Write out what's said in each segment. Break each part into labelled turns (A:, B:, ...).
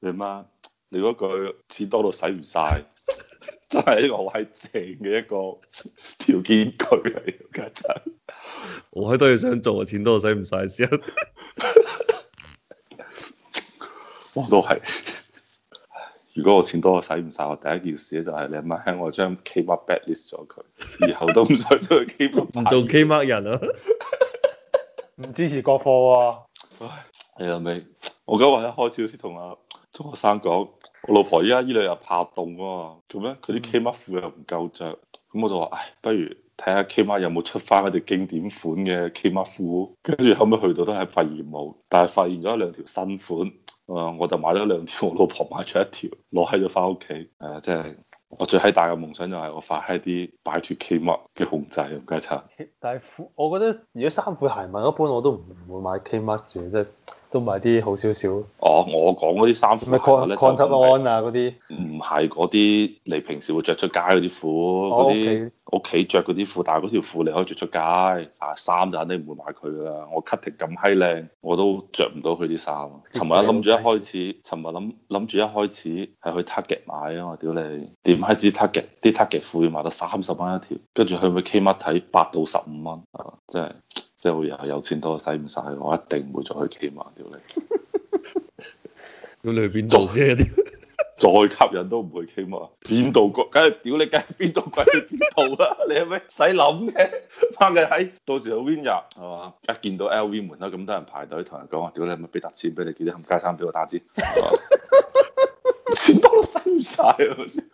A: 你媽，你嗰句錢多到使唔晒， 真係一個好閪正嘅一個 條件句嚟，家陣
B: 我喺都要想做啊，錢多到使唔晒先。
A: 我都係。如果我錢多我使唔晒，我第一件事咧就係你媽喺我將 K mark blacklist 咗佢，以後都唔想再 K mark
B: 唔做 K mark 人 啊！
C: 唔支持國貨喎、
A: 你諗尾，啊我今日一開始先同阿中學生講，我老婆依家依兩日怕凍啊，咁咧佢啲 K 孖褲又唔夠着，咁我就話，唉，不如睇下 K 孖有冇出翻嗰啲經典款嘅 K 孖褲，跟住後尾去到都係發現冇，但係發現咗兩條新款，啊，我就買咗兩條，我老婆買咗一條，攞喺咗翻屋企，係啊，即係。我最閪大嘅夢想就係我快喺啲擺脱 K 孖嘅控制咁家產，
C: 但係褲，我覺得如果衫褲鞋襪一般我都唔會買 Kmart 住，即係都買啲好少少，
A: 哦，我講嗰啲衫褲
C: 咩 Con
A: 鞋咧就唔
C: Contact
A: 係
C: On 啊嗰啲。
A: 唔係嗰啲你平時會着出街嗰啲褲，
C: 哦
A: 嗰啲屋企着嗰啲褲，但係嗰條褲你可以着出街，但係衫就肯定唔會買佢噶啦。我 cutting 咁閪靚，我都着唔到佢啲衫。啊尋日諗住一開始，尋日諗諗住一開始係去 Target 買啊嘛，屌你點閪知 Target 啲 Target 褲要賣到三十蚊一條，跟住去咪 Kmart 睇八到十五蚊啊！真係即係我以後有錢多使唔晒，我一定唔會再去 Kmart 屌你。
B: 咁你去邊做先？
A: 再吸引都唔會傾啊！邊度貴？梗係屌你，梗係邊度貴都知道啦！ 你係咪使諗嘅？翻嘅喺到時候 win 入係嘛？一見到 LV 門口咁多人排隊，同人講話：屌你，咪俾沓錢俾你，叫啲冚家產俾我打 尖。係嘛錢多到使唔晒啊！係咪先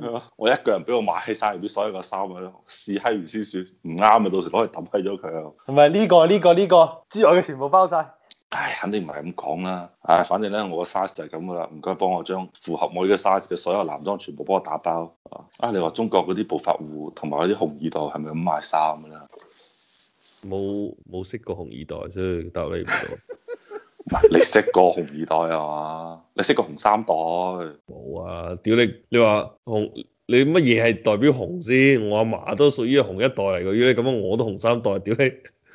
A: 係嘛我一個人俾我買起晒入邊所有嘅衫啊！試閪完先算，唔啱啊！到時攞嚟抌閪咗佢啊！
C: 唔係呢個呢、個呢、個之外嘅全部包晒。
A: 唉，肯定唔係咁講啦。唉，反正咧，我個 size 就係咁噶啦。唔該，幫我將符合我呢個 size 嘅所有男裝全部幫我打包。啊，你話中國嗰啲暴發戶同埋嗰啲紅二代係咪咁賣衫㗎 啦？
B: 冇冇識過紅二代，所以答你唔到。
A: 唔 係你識過紅二代啊嘛？你識過紅三代？
B: 冇啊！屌你！你話紅，你乜嘢係代表紅先？我阿嫲都屬於紅一代嚟嘅。如果你咁樣，我都紅三代。屌你！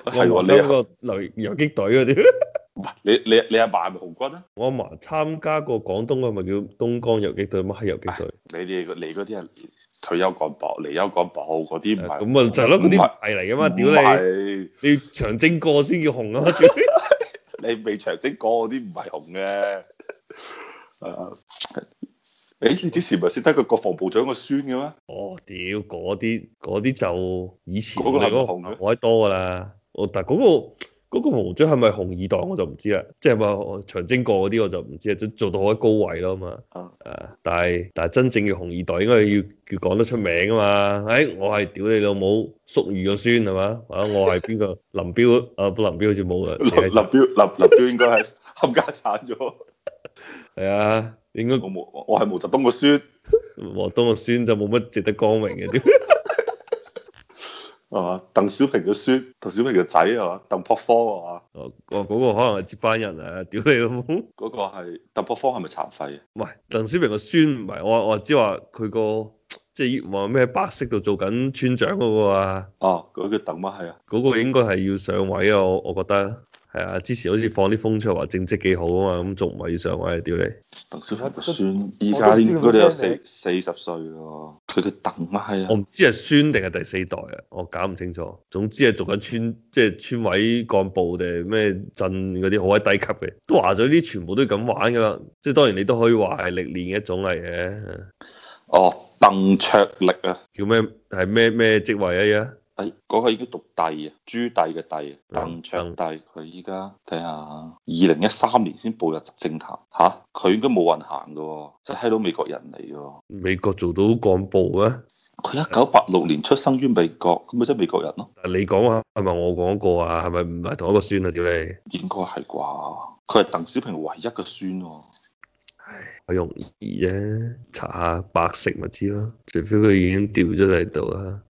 B: 我阿
A: 係
B: 嫲
A: 喎，
B: 參
A: 你
B: 個游游擊隊嗰啲。
A: 你你你阿爸係咪紅軍啊？
B: 我阿嫲參加過廣東嘅咪叫東江游擊隊，乜閪游擊隊？
A: 你哋你嗰啲係退休幹部、離休幹部嗰啲唔係。
B: 咁啊就係咯，嗰啲
A: 唔係
B: 係嚟噶嘛？屌
A: 唔
B: 你！
A: 係
B: 你要長征過先叫紅啊嘛！屌你
A: 你未長征過嗰啲唔係紅嘅。 係啊誒，你之前咪識得個國防部長個孫嘅咩？
B: 哦，屌嗰啲嗰啲就以前
A: 嗰
B: 我
A: 個係
B: 哋
A: 咪
B: 嗰個
A: 紅嘅
B: 紅海多噶啦。我但係嗰個。嗰個毛將係咪紅二代我就唔知啦，即係咪長征過嗰啲我就唔知啦，即係做到好高位咯嘛。
A: 啊
B: 誒，但係但係真正嘅紅二代應該要要講得出名啊嘛！誒、我係屌你老母粟裕個孫係嘛？啊，我係邊個 林彪？啊，不林彪好似冇啊，
A: 林
B: 死
A: 林彪
B: 啦
A: 林林彪應該係 冚家產咗。
B: 係啊，應該
A: 我毛我係毛澤東個孫。
B: 黃東個孫就冇乜值得光榮嘅，屌
A: 係嘛？鄧小平嘅孫，鄧小平嘅仔係嘛？鄧樸方係嘛？
B: 哦嗰、嗰個可能係接班人啊！屌你老母！
A: 嗰、個係鄧樸方係咪殘廢啊？
B: 唔係鄧小平個孫唔係我我只話佢個即係話咩白色度做緊村長嗰個啊，
A: 哦，嗰、個鄧乜係啊？
B: 嗰、個應該係要上位啊！我我覺得係啊，之前好似放啲風出嚟話政績幾好啊嘛，咁仲唔係要上位啊？屌你！
A: 鄧小平個孫依家應該都有四四十歲咯。佢嘅鄧乜係
B: 我
A: 啊？
B: 唔知係孫定係第四代啊，我搞唔清楚。總之係做緊村即係村委幹部定係咩鎮嗰啲好閪低級嘅，都話咗呢啲全部都係咁玩㗎啦。即係當然你都可以話係歷練嘅一種嚟嘅，
A: 哦，鄧卓力啊！
B: 叫咩係咩咩職位啊？而家？
A: 誒，哎嗰個已經讀帝啊，朱棣嘅帝，啊鄧
B: 嗯
A: 卓棣，佢依家睇下，二零一三年先步入政壇吓，佢應該冇運行嘅喎，即係閪佬美國人嚟嘅喎。
B: 美國做到幹部啊？
A: 佢一九八六年出生於美國，咁咪即係美國人咯？
B: 但你講啊，係咪我講過啊？係咪唔係同一個孫啊？屌你，
A: 應該係啩？佢係鄧小平唯一嘅孫喎。
B: 好容易啫，查下白色咪知咯。除非佢已經調咗嚟度啊啦。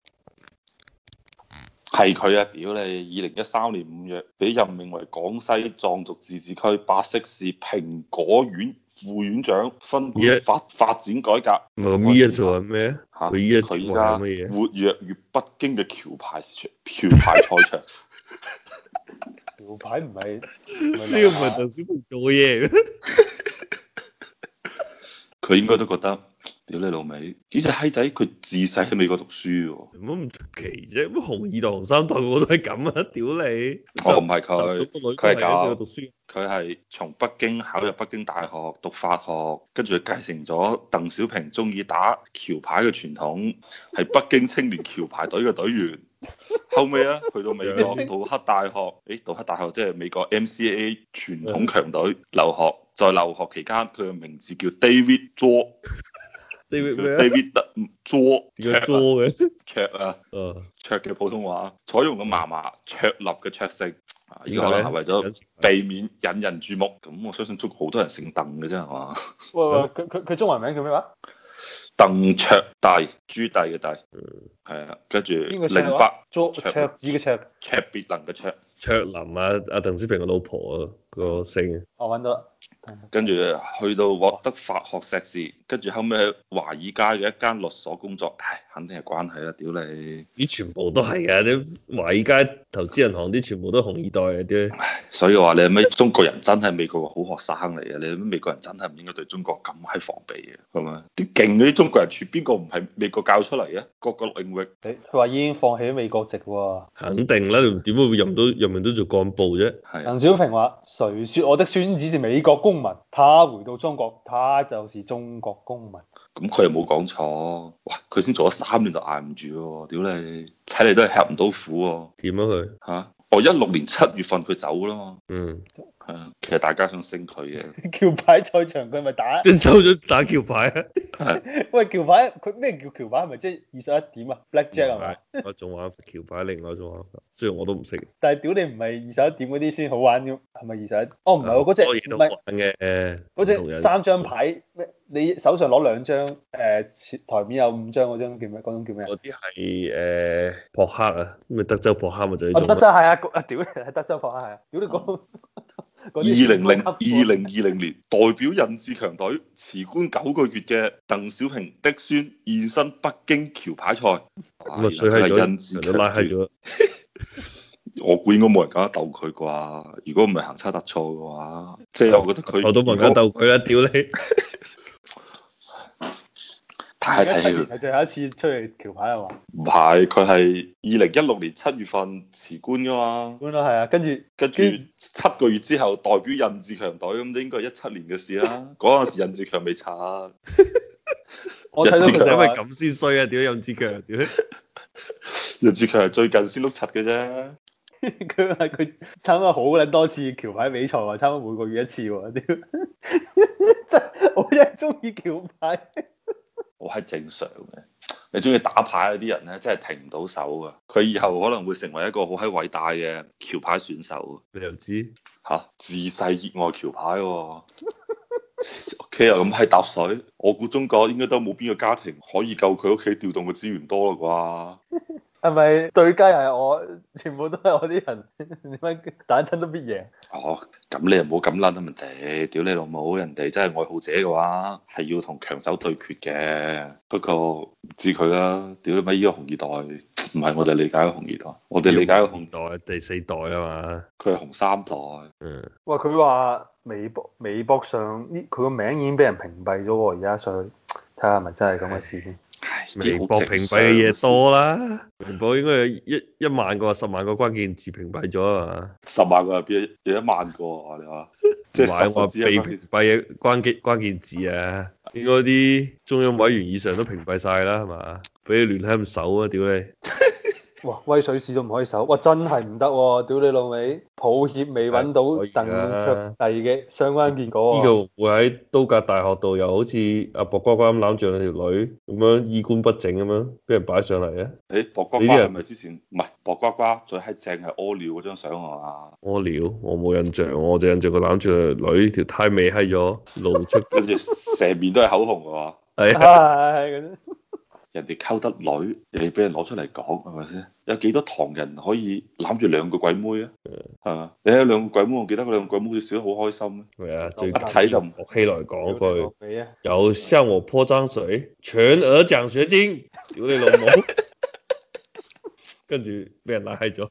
A: 係佢啊！屌你！二零一三年五月，俾任命為廣西壯族自治區百色市蘋果縣副縣長，分管
B: Yeah.
A: 發發展改革。
B: 唔係咁依家做緊咩啊？
A: 啊嚇
B: 佢依家做
A: 佢
B: 緊
A: 依
B: 係
A: 家
B: 乜嘢？
A: 活躍於北京嘅橋牌市場 橋牌賽場，
C: 條牌唔係
B: 呢個唔係鄧
C: 呢
B: 小平做嘅嘢嚟嘅。
A: 佢應該都覺得，屌你老味，呢只閪仔佢自細喺美國讀書喎。
B: 有乜唔出奇啫？乜紅二代、紅三代我都係咁啊！屌你！
A: 我哦唔係
B: 就咁
A: 佢，
B: 個
A: 佢係
B: 女都係喺
A: 搞
B: 度讀書，
A: 佢係從北京考入北京大學讀法學，跟住繼承咗鄧小平中意打橋牌嘅傳統，係北京青年橋牌隊嘅隊員。後尾咧去到美國杜克大學，誒杜克大學即係美國 MCAA 傳統強隊留學，在留學期間佢嘅名字叫 David Zhou，
B: 你明
A: 叫
B: 唔明啊？
A: David Zhou，
B: 點解作嘅？
A: 卓啊。
B: 啊，
A: 卓嘅普通話，採用嘅麻麻卓立嘅卓姓，啊呢
B: 點
A: 個
B: 解
A: 可
B: 咧
A: 能係為咗避免引人注目。咁我相信中國好多人姓鄧嘅啫，係嘛？
C: 喂喂，佢佢佢中文名叫咩話？
A: 鄧卓帝，朱棣嘅帝，係啊，跟住
C: 嗯邊個
A: 零
C: 卓
A: 八
C: 啊？卓
A: 卓
C: 卓子嘅卓，
A: 卓別林嘅卓，
B: 卓林啊，阿鄧小平嘅老婆啊，個姓
C: 我揾到啦。
A: 跟住去到獲得法學碩士，跟住後尾喺華爾街嘅一間律所工作，唉，肯定係關係啦，屌你！
B: 啲全部都係啊！啲華爾街投資銀行啲全部都紅二代嚟啲，
A: 所以話你咩中國人真係美國嘅好學生嚟嘅，你咩美國人真係唔應該對中國咁閪防備嘅，係咪？啲勁嗰啲中國人，全邊個唔係美國教出嚟嘅？各個領域
C: 你佢話已經放棄咗美國籍喎。
B: 肯定啦！你點會任到任命到做幹部啫？
A: 係啊
C: 鄧小平話：誰說我的孫子是美國公民？他回到中國，他就是中國公民。
A: 咁佢又冇講錯，哇！佢先做咗三年就捱唔住喎，屌你！睇嚟都係吃唔到苦喎、
B: 點啊佢？
A: 吓、我一六年七月份佢走啦嘛，
B: 嗯，
A: 係啊，其實大家想升佢嘅，
C: 橋牌賽場佢咪打？
B: 即係收咗打橋牌啊！
C: 喂，橋牌佢咩叫橋牌？係咪即係二十一點啊？Blackjack 係嘛？
B: 我仲玩法橋牌，另外一種玩法，雖然我都唔識。
C: 但係屌你唔係二十一點嗰啲先好玩嘅，係咪二十一？哦，唔係喎，
B: 多
C: 嗰只
B: 嘢
C: 唔
B: 都
C: 係
B: 玩嘅，
C: 嗰
B: 唔同
C: 隻
B: 人
C: 三張牌咩？你手上攞兩張，誒、前台面有五張嗰張叫咩？嗰種叫咩？
B: 嗰啲係誒撲克啊，咩德州撲克咪就係
C: 啊，
B: 呢
C: 德
B: 種
C: 州
B: 咯。
C: 係啊，嗰啊屌你係德州撲克係啊，屌你講
A: 二
C: 嗰啲
A: 零零
C: 高
A: 二
C: 級喎
A: 零二零年代表印志強隊辭官九個月嘅鄧小平的孫現身北京橋牌賽，哎
B: 咁啊，
A: 咁
B: 水閪
A: 印志
B: 咗，
A: 強
B: 人都拉
A: 隊
B: 閪咗。
A: 我估應該冇人敢鬥佢啩，如果唔係行差踏錯嘅話，即係我覺得佢
B: 我都問緊鬥佢啦，屌你！
A: 太
C: 而家
A: 睇
C: 七
A: 戲
C: 年
A: 啦
C: 係最後一次出去橋牌係嘛？
A: 唔係佢係二零一六年七月份辭官噶嘛，
C: 咁咯係啊，跟住
A: 跟住七個月之後代表印志強隊，咁應該係一七年嘅事啦。嗰陣時印志強未拆，
C: 我 睇到佢
B: 因為
C: 就話
B: 咁先衰啊！屌任志強，屌你！
A: 印志強係最近先碌柒嘅啫。
C: 佢話佢參加好撚多次橋牌比賽喎，參加每個月一次喎，屌！ 真 係我真係中意橋牌。
A: 我係正常嘅。你中意打牌嗰啲人咧，真係停唔到手噶。佢以後可能會成為一個好閪偉大嘅橋牌選手
B: 你又知？
A: 嚇、自細熱愛橋牌喎、屋企又咁閪搭水，我估中國應該都冇邊個家庭可以夠佢屋企調動嘅資源多啦
C: 係咪對家又係我？全部都係我啲人，點解打親都必
A: 啩。
C: 贏？
A: 哦，咁你又唔好咁撚啊人哋，屌你老母！人哋真係愛好者嘅話，係要同強手對決嘅。不過唔知佢啦，屌你咪依個紅二代，唔係我哋理解嘅紅二代，我哋理解嘅紅
B: 紅，代第四代啊嘛，
A: 佢係紅三代。
B: 嗯，
C: 哇！佢話微博微博上呢，佢個名已經俾人屏蔽咗喎，而家上去睇下係咪真係咁嘅事先。
A: 唉
B: 微博屏蔽嘅嘢，多啦，微博應該有一一萬個、十萬個關鍵字屏蔽咗啊嘛。
A: 十萬個入邊有一萬個啊！你話，即
B: 唔
A: 係十
B: 係
A: 分
B: 我
A: 之
B: 被
A: 一
B: 屏蔽嘅關鍵關鍵字啊，應該啲中央委員以上都屏蔽晒啦，係嘛？俾你亂喺咁搜啊，屌你！
C: 哇！威水史都唔可以搜，哇！真係唔得喎，屌你老味！抱歉未揾到
B: 係可以啊
C: 鄧
B: 㗎
C: 卓棣嘅相關結果
A: 哦
B: 呢
C: 喎。
B: 個會喺刀架大學度又好似阿薄瓜瓜咁攬住兩條女咁樣衣冠不整咁樣，俾人擺上嚟啊！
A: 誒薄瓜
B: 呢
A: 瓜
B: 啲人
A: 係咪之前唔係薄瓜瓜最閪正係屙尿嗰張相係嘛？
B: 屙尿，我冇印象，我就印象佢攬住條女條胎尾閪咗，露出
A: 跟住成面都係口紅嘅話，
B: 係啊，
C: 唉嗰啲
A: 人哋溝得女，你俾人攞出嚟講係咪先？有幾多唐人可以攬住兩個鬼妹啊？係嘛？你有兩個鬼妹，我記得嗰兩個鬼妹好似笑得好開心咧。
B: 係 啊，最
A: 一睇就唔
B: 薄熙來講
C: 屌你老
B: 句
C: 味啊！
B: 有向我潑髒水，全額獎學金，屌你老母！ 跟住俾人拉閪咗，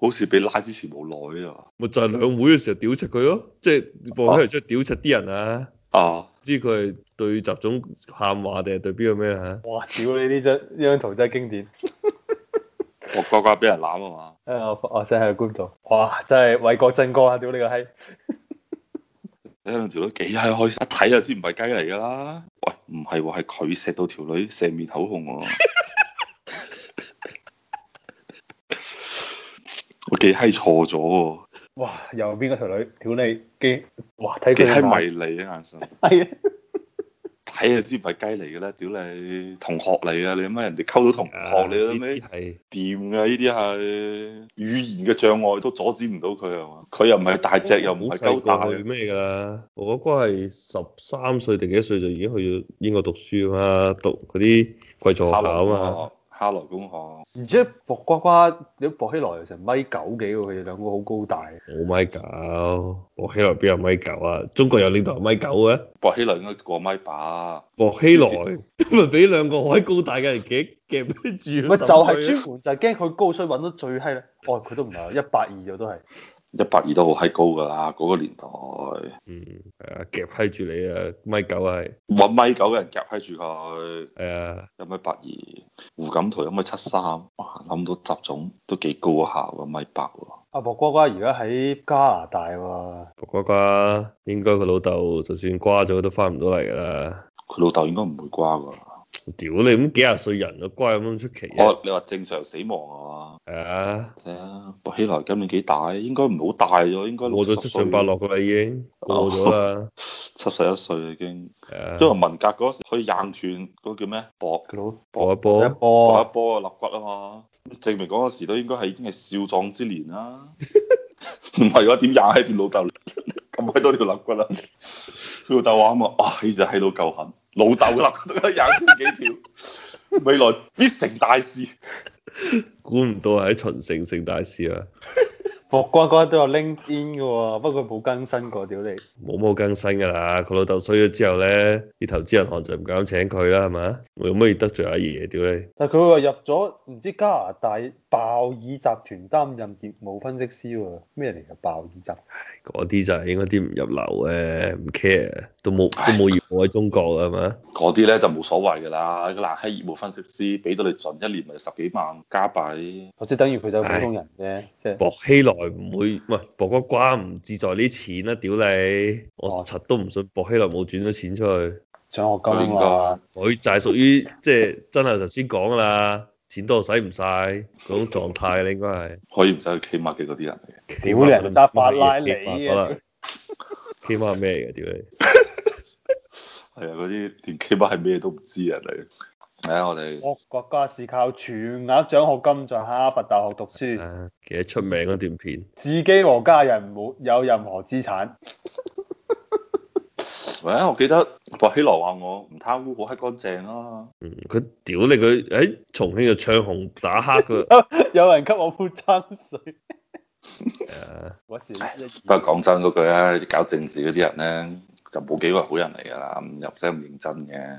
A: 好似俾拉之前冇耐啊嘛。
B: 咪就係兩會嘅時候屌柒佢咯，即係薄熙來出去屌柒啲人啊！
A: 啊，
B: 知佢係對習總喊話定係對邊個咩啊嚇？
C: 哇！屌你呢張呢張圖真係經典。
A: 我乖乖俾人攬啊嘛，
C: 誒我我真係觀眾，哇！真係為國爭光啊！屌你個閪，
A: 你兩條女幾閪開心，一睇就知唔係雞嚟㗎啦。喂，唔係喎，係佢錫到條女成面口紅喎、 我幾閪錯咗喎，
C: 哇！右邊嗰條女，屌你幾，哇！睇
A: 幾
C: 佢
A: 閪
C: 眼
A: 迷你啊眼神。
C: 係啊
A: 睇就知唔係雞嚟嘅啦，屌你同學嚟啊！你乜人哋溝到同學，你都咩
B: 啊呢啲係
A: 掂啊噶？呢啲係語言嘅障礙都阻止唔到佢啊係嘛？佢又唔係大隻，又唔係
B: 哦細
A: 鳩大
B: 個去啊咩㗎啦？我嗰個係十三歲定幾多歲就已經去咗英國讀書啊嘛，讀嗰啲貴族學校啊嘛。
A: 學，哈羅公學，
C: 而且薄瓜瓜，你薄熙來又成米九幾喎，佢哋兩個好高大。
B: 冇米九，薄熙來邊有米九啊？中國有啊領導人米九嘅，
A: 薄熙來應該過米把，
B: 薄熙來咪俾兩個海高大嘅人夾夾住。
C: 咪就係專門就係驚佢高，所以揾到最閪啦。哦，佢都唔係一百二咗都係。
A: 一百二都好閪高噶啦，嗰、個年代
B: 嗯，係啊，夾閪住你啊，米九係
A: 揾米九嘅人夾閪住佢，
B: 係啊，
A: 一米八二，胡錦濤一米七三，哇諗到習總都幾高下喎，米八喎。
C: 阿薄瓜瓜而家喺加拿大喎，
B: 薄瓜瓜應該佢老豆就算瓜咗都翻唔到嚟㗎啦。
A: 佢老豆應該唔會瓜㗎，
B: 屌你咁幾廿歲人啊，瓜有乜咁出奇啊？
C: 哦
A: 哦我你話正常死亡啊嘛？
B: 係啊，
A: 睇下薄熙來今年幾大？應該唔好大咗，應該
B: 過咗七上八落㗎啦，已經
C: 哦
B: 過咗 啦。
A: 七十一歲啦已經。
B: 係啊
A: 因為文革嗰時可以硬斷嗰個叫咩薄
C: 佢老
B: 搏一
A: 哦
C: 第一
B: 波，
A: 薄一
C: 波
A: 波啊肋骨啊嘛，證明嗰個時都應該係已經係少壯之年啦。唔係嘅話點硬喺邊老豆 咁鬼多條肋骨啦？佢老豆話啊嘛，啊呢隻閪佬夠狠，老豆嘅肋骨都硬斷幾條，未來必成大事。
B: 估唔到係喺秦城成大事啊！
C: 薄瓜瓜都有 LinkedIn 嘅喎，不過冇更新過，屌你！
B: 冇冇更新㗎啦，佢老豆衰咗之後咧，啲投資銀行就唔敢請佢啦，係嘛？有乜嘢得罪阿爺屌你？
C: 但係佢話入咗唔知加拿大爆爾集團擔任業務分析師喎，咩嚟嘅爆爾集團？
B: 嗰啲就係應該啲唔入流嘅，唔 care，都冇都冇業務喺中國係嘛？
A: 嗰啲咧就冇所謂㗎啦，個爛閪業務分析師俾到你盡一年咪十幾萬加幣，
C: 或者等於佢就係普通人 啫，即係
B: 薄熙來唔會，唔係薄瓜瓜唔志在呢錢啦，屌你！
C: 哦
B: 我柒都唔信薄熙來冇轉咗錢出去，
C: 獎學金啊嘛。
B: 佢就係屬於 即係真係頭先講㗎啦，錢多使唔晒嗰種狀態啦，應該係。
A: 可以唔使去 K 碼嘅嗰啲人嚟嘅。
C: 屌你人揸法拉利啊！
B: K 媽咩嘅屌你？
A: 係啊，嗰啲連 K 碼係咩都唔知嘅人嚟。係啊，我哋
C: 我國家是靠全額獎學金在哈佛大學讀書，
B: 啊，其實出名嗰段片，
C: 自己和家人冇有任何資產。
A: 喂，我記得薄熙來話我唔貪污，好閪乾淨啊。
B: 嗯，佢屌你佢喺重慶就唱紅打黑 噶，
C: 有人給我潑髒 水，
B: 係啊
C: 嗰時一
A: 不過講真嗰句咧，搞政治嗰啲人咧就冇幾個係好人嚟㗎啦，嗯又唔使咁認真嘅。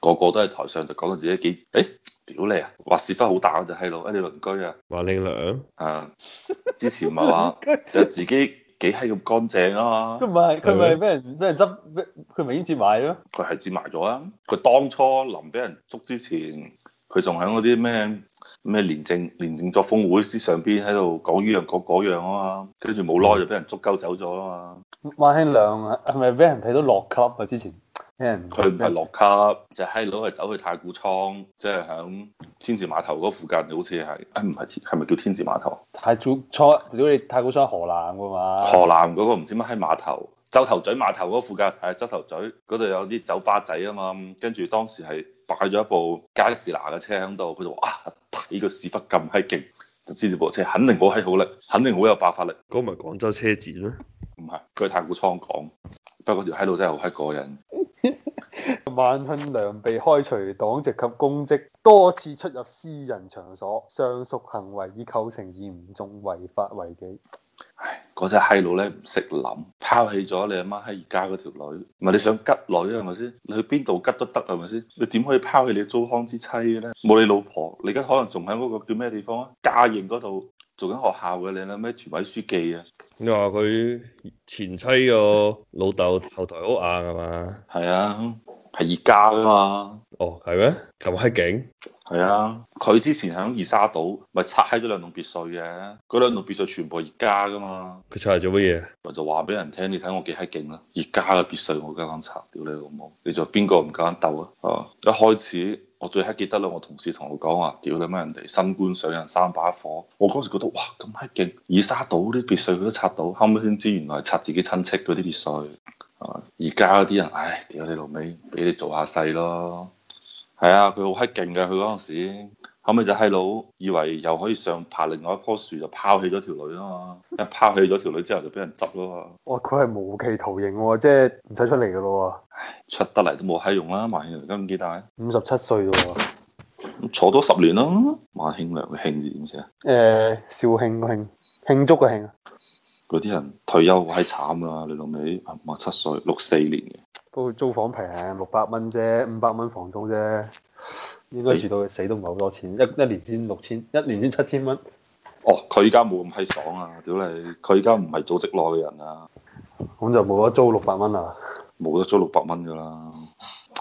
A: 個個都喺台上就講到自己幾，誒、屌你啊！話屎忽好大嗰只閪佬，誒你鄰居啊！
B: 話你娘，
A: 啊，之前咪 話有自己幾閪咁乾淨啊
C: 佢
A: 嘛，
C: 唔係佢咪
B: 係咩
C: 俾人俾人執，俾佢咪已經接埋咯。
A: 佢係接埋咗啊！佢當初臨俾人捉之前，佢仲喺嗰啲咩咩廉政廉政作風會思上邊喺度講呢樣講嗰樣啊嘛，跟住冇耐就俾人捉鳩走咗啊嘛。
C: 馬興亮啊，係咪俾人睇到落 club 啊？之前俾人
A: 佢唔係落級，就閪佬係走去太古倉，即係響天字碼頭嗰附近，好似係，誒唔係天係咪叫天字碼頭？啊
C: 太古倉，如果你太古倉河南噶嘛，
A: 河南嗰個唔知乜喺碼頭，洲頭咀碼頭嗰附近，係洲頭咀嗰度有啲酒吧仔啊嘛，跟住當時係擺咗一部佳士拿嘅車喺度，佢就話啊睇個屎忽咁閪勁，就知道部車肯定好閪好力，肯定好有爆發力。
B: 嗰咪廣州車展咩？
A: 唔係，佢係太古倉講，不過條閪佬真係好閪過癮。
C: 萬慶良被開除黨籍及公職，多次出入私人場所，上述行為已構成嚴重違法違紀。
A: 唉，嗰隻閪佬咧唔識諗，拋棄咗你阿媽喺而家嗰條女，唔係你想吉女啊係咪先？你去邊度吉都得係咪先？你點可以拋棄你糟糠之妻嘅咧？冇你老婆，你而家可能仲喺嗰個叫咩地方啊？嘉應嗰度做緊學校嘅，你諗咩團委書記啊？
B: 你話佢前妻個老豆後台好硬係嘛？
A: 係啊，係而家噶嘛。
B: 哦，係咩？咁閪勁？
A: 係啊，佢之前喺二沙島咪拆閪咗兩棟別墅嘅，嗰兩棟別墅全部係而家噶嘛，
B: 佢出嚟做乜嘢？
A: 咪就話俾人聽，你睇我幾閪勁啦！而家嘅別墅我夠膽拆，屌你老母！你仲有邊個唔夠膽鬥啊？啊！一開始我最閪記得啦，我同事同我講話，屌你媽人哋新官上任三把火，我嗰時覺得哇咁閪勁，二沙島啲別墅佢都拆到，後尾先知原來係拆自己親戚嗰啲別墅。啊而家嗰啲人，唉，屌你老味，俾你做下勢咯。係啊，佢好閪勁嘅，佢嗰陣時，後尾就閪佬以為又可以上爬另外一棵樹，就拋棄咗條女啊嘛，一拋棄咗條女之後就俾人執啦嘛，
C: 哇！佢係無期徒刑喎，即係唔使出嚟噶咯
A: 出得嚟都冇閪用啦，萬慶良今幾大，
C: 喎，五十七歲喎。
A: 咁坐多十年啦，萬慶良嘅慶字點寫？啊
C: 誒、肇慶個慶，慶祝個慶啊。
A: 嗰啲人退休好閪慘啊，你老味五啊七歲，六四年嘅，
C: 不過租房平，六百蚊啫，五百蚊房租啫，應該住到佢死都唔係好多錢，一一年先六千，一年先七千蚊。
A: 哦，佢而家冇咁閪爽啊，屌你，佢而家唔係組織內嘅人啊，
C: 咁就冇得租六百蚊啦。
A: 冇得租六百蚊噶啦。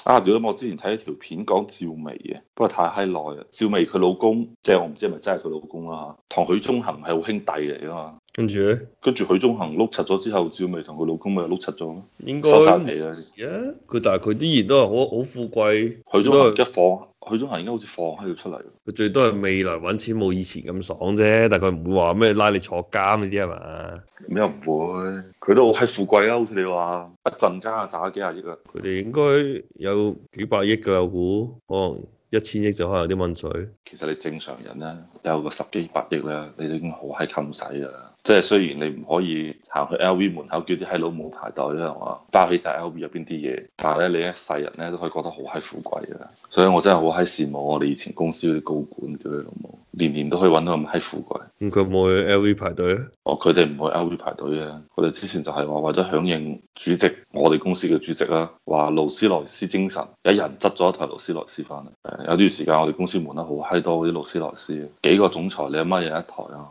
A: 啊！屌我之前睇一條片講趙薇嘅，不過太閪耐啦。趙薇佢老公，即係我唔知係咪真係佢老公啦嚇，同許宗衡係好兄弟嚟噶嘛。
B: 跟住咧，
A: 跟住許宗衡碌柒咗之後，趙薇同佢老公咪又碌柒咗咯，
B: 應該
A: 收晒皮啦。
B: 係啊！佢但係佢依然都係好好富貴，
A: 許
B: 佢
A: 宗
B: 都
A: 衡一
B: 係
A: 放，許宗衡應該好似放喺度出嚟。
B: 佢最多係未來揾錢冇以前咁爽啫，但係佢唔會話咩拉你坐監呢啲係嘛？
A: 咁又唔會，佢都好閪富貴啊！好似你話一陣間啊，賺咗幾廿億啊！
B: 佢哋應該有幾百億㗎啦，我估可能一千億就可能有啲問水。
A: 其實你正常人咧，有個十幾百億咧，你都已經好閪襟使㗎啦。即係雖然你唔可以行去 LV 門口叫啲閪佬冇排隊啦，係嘛？包起晒 LV 入邊啲嘢，但係咧你一世人咧都可以覺得好閪富貴㗎啦。所以我真係好閪羨慕我哋以前公司嗰啲高管，屌你老母，年年都可以揾到咁閪富貴。
B: 咁佢有冇去 LV 排隊啊？
A: 哦，佢哋唔去 LV 排隊嘅，佢哋之前就係話為咗響應主席，我哋公司嘅主席啦，話勞斯萊斯精神，有人執咗一台勞斯萊斯翻嚟。誒有段時間我哋公司門口好閪多嗰啲勞斯萊斯，幾個總裁你阿媽有一台啊，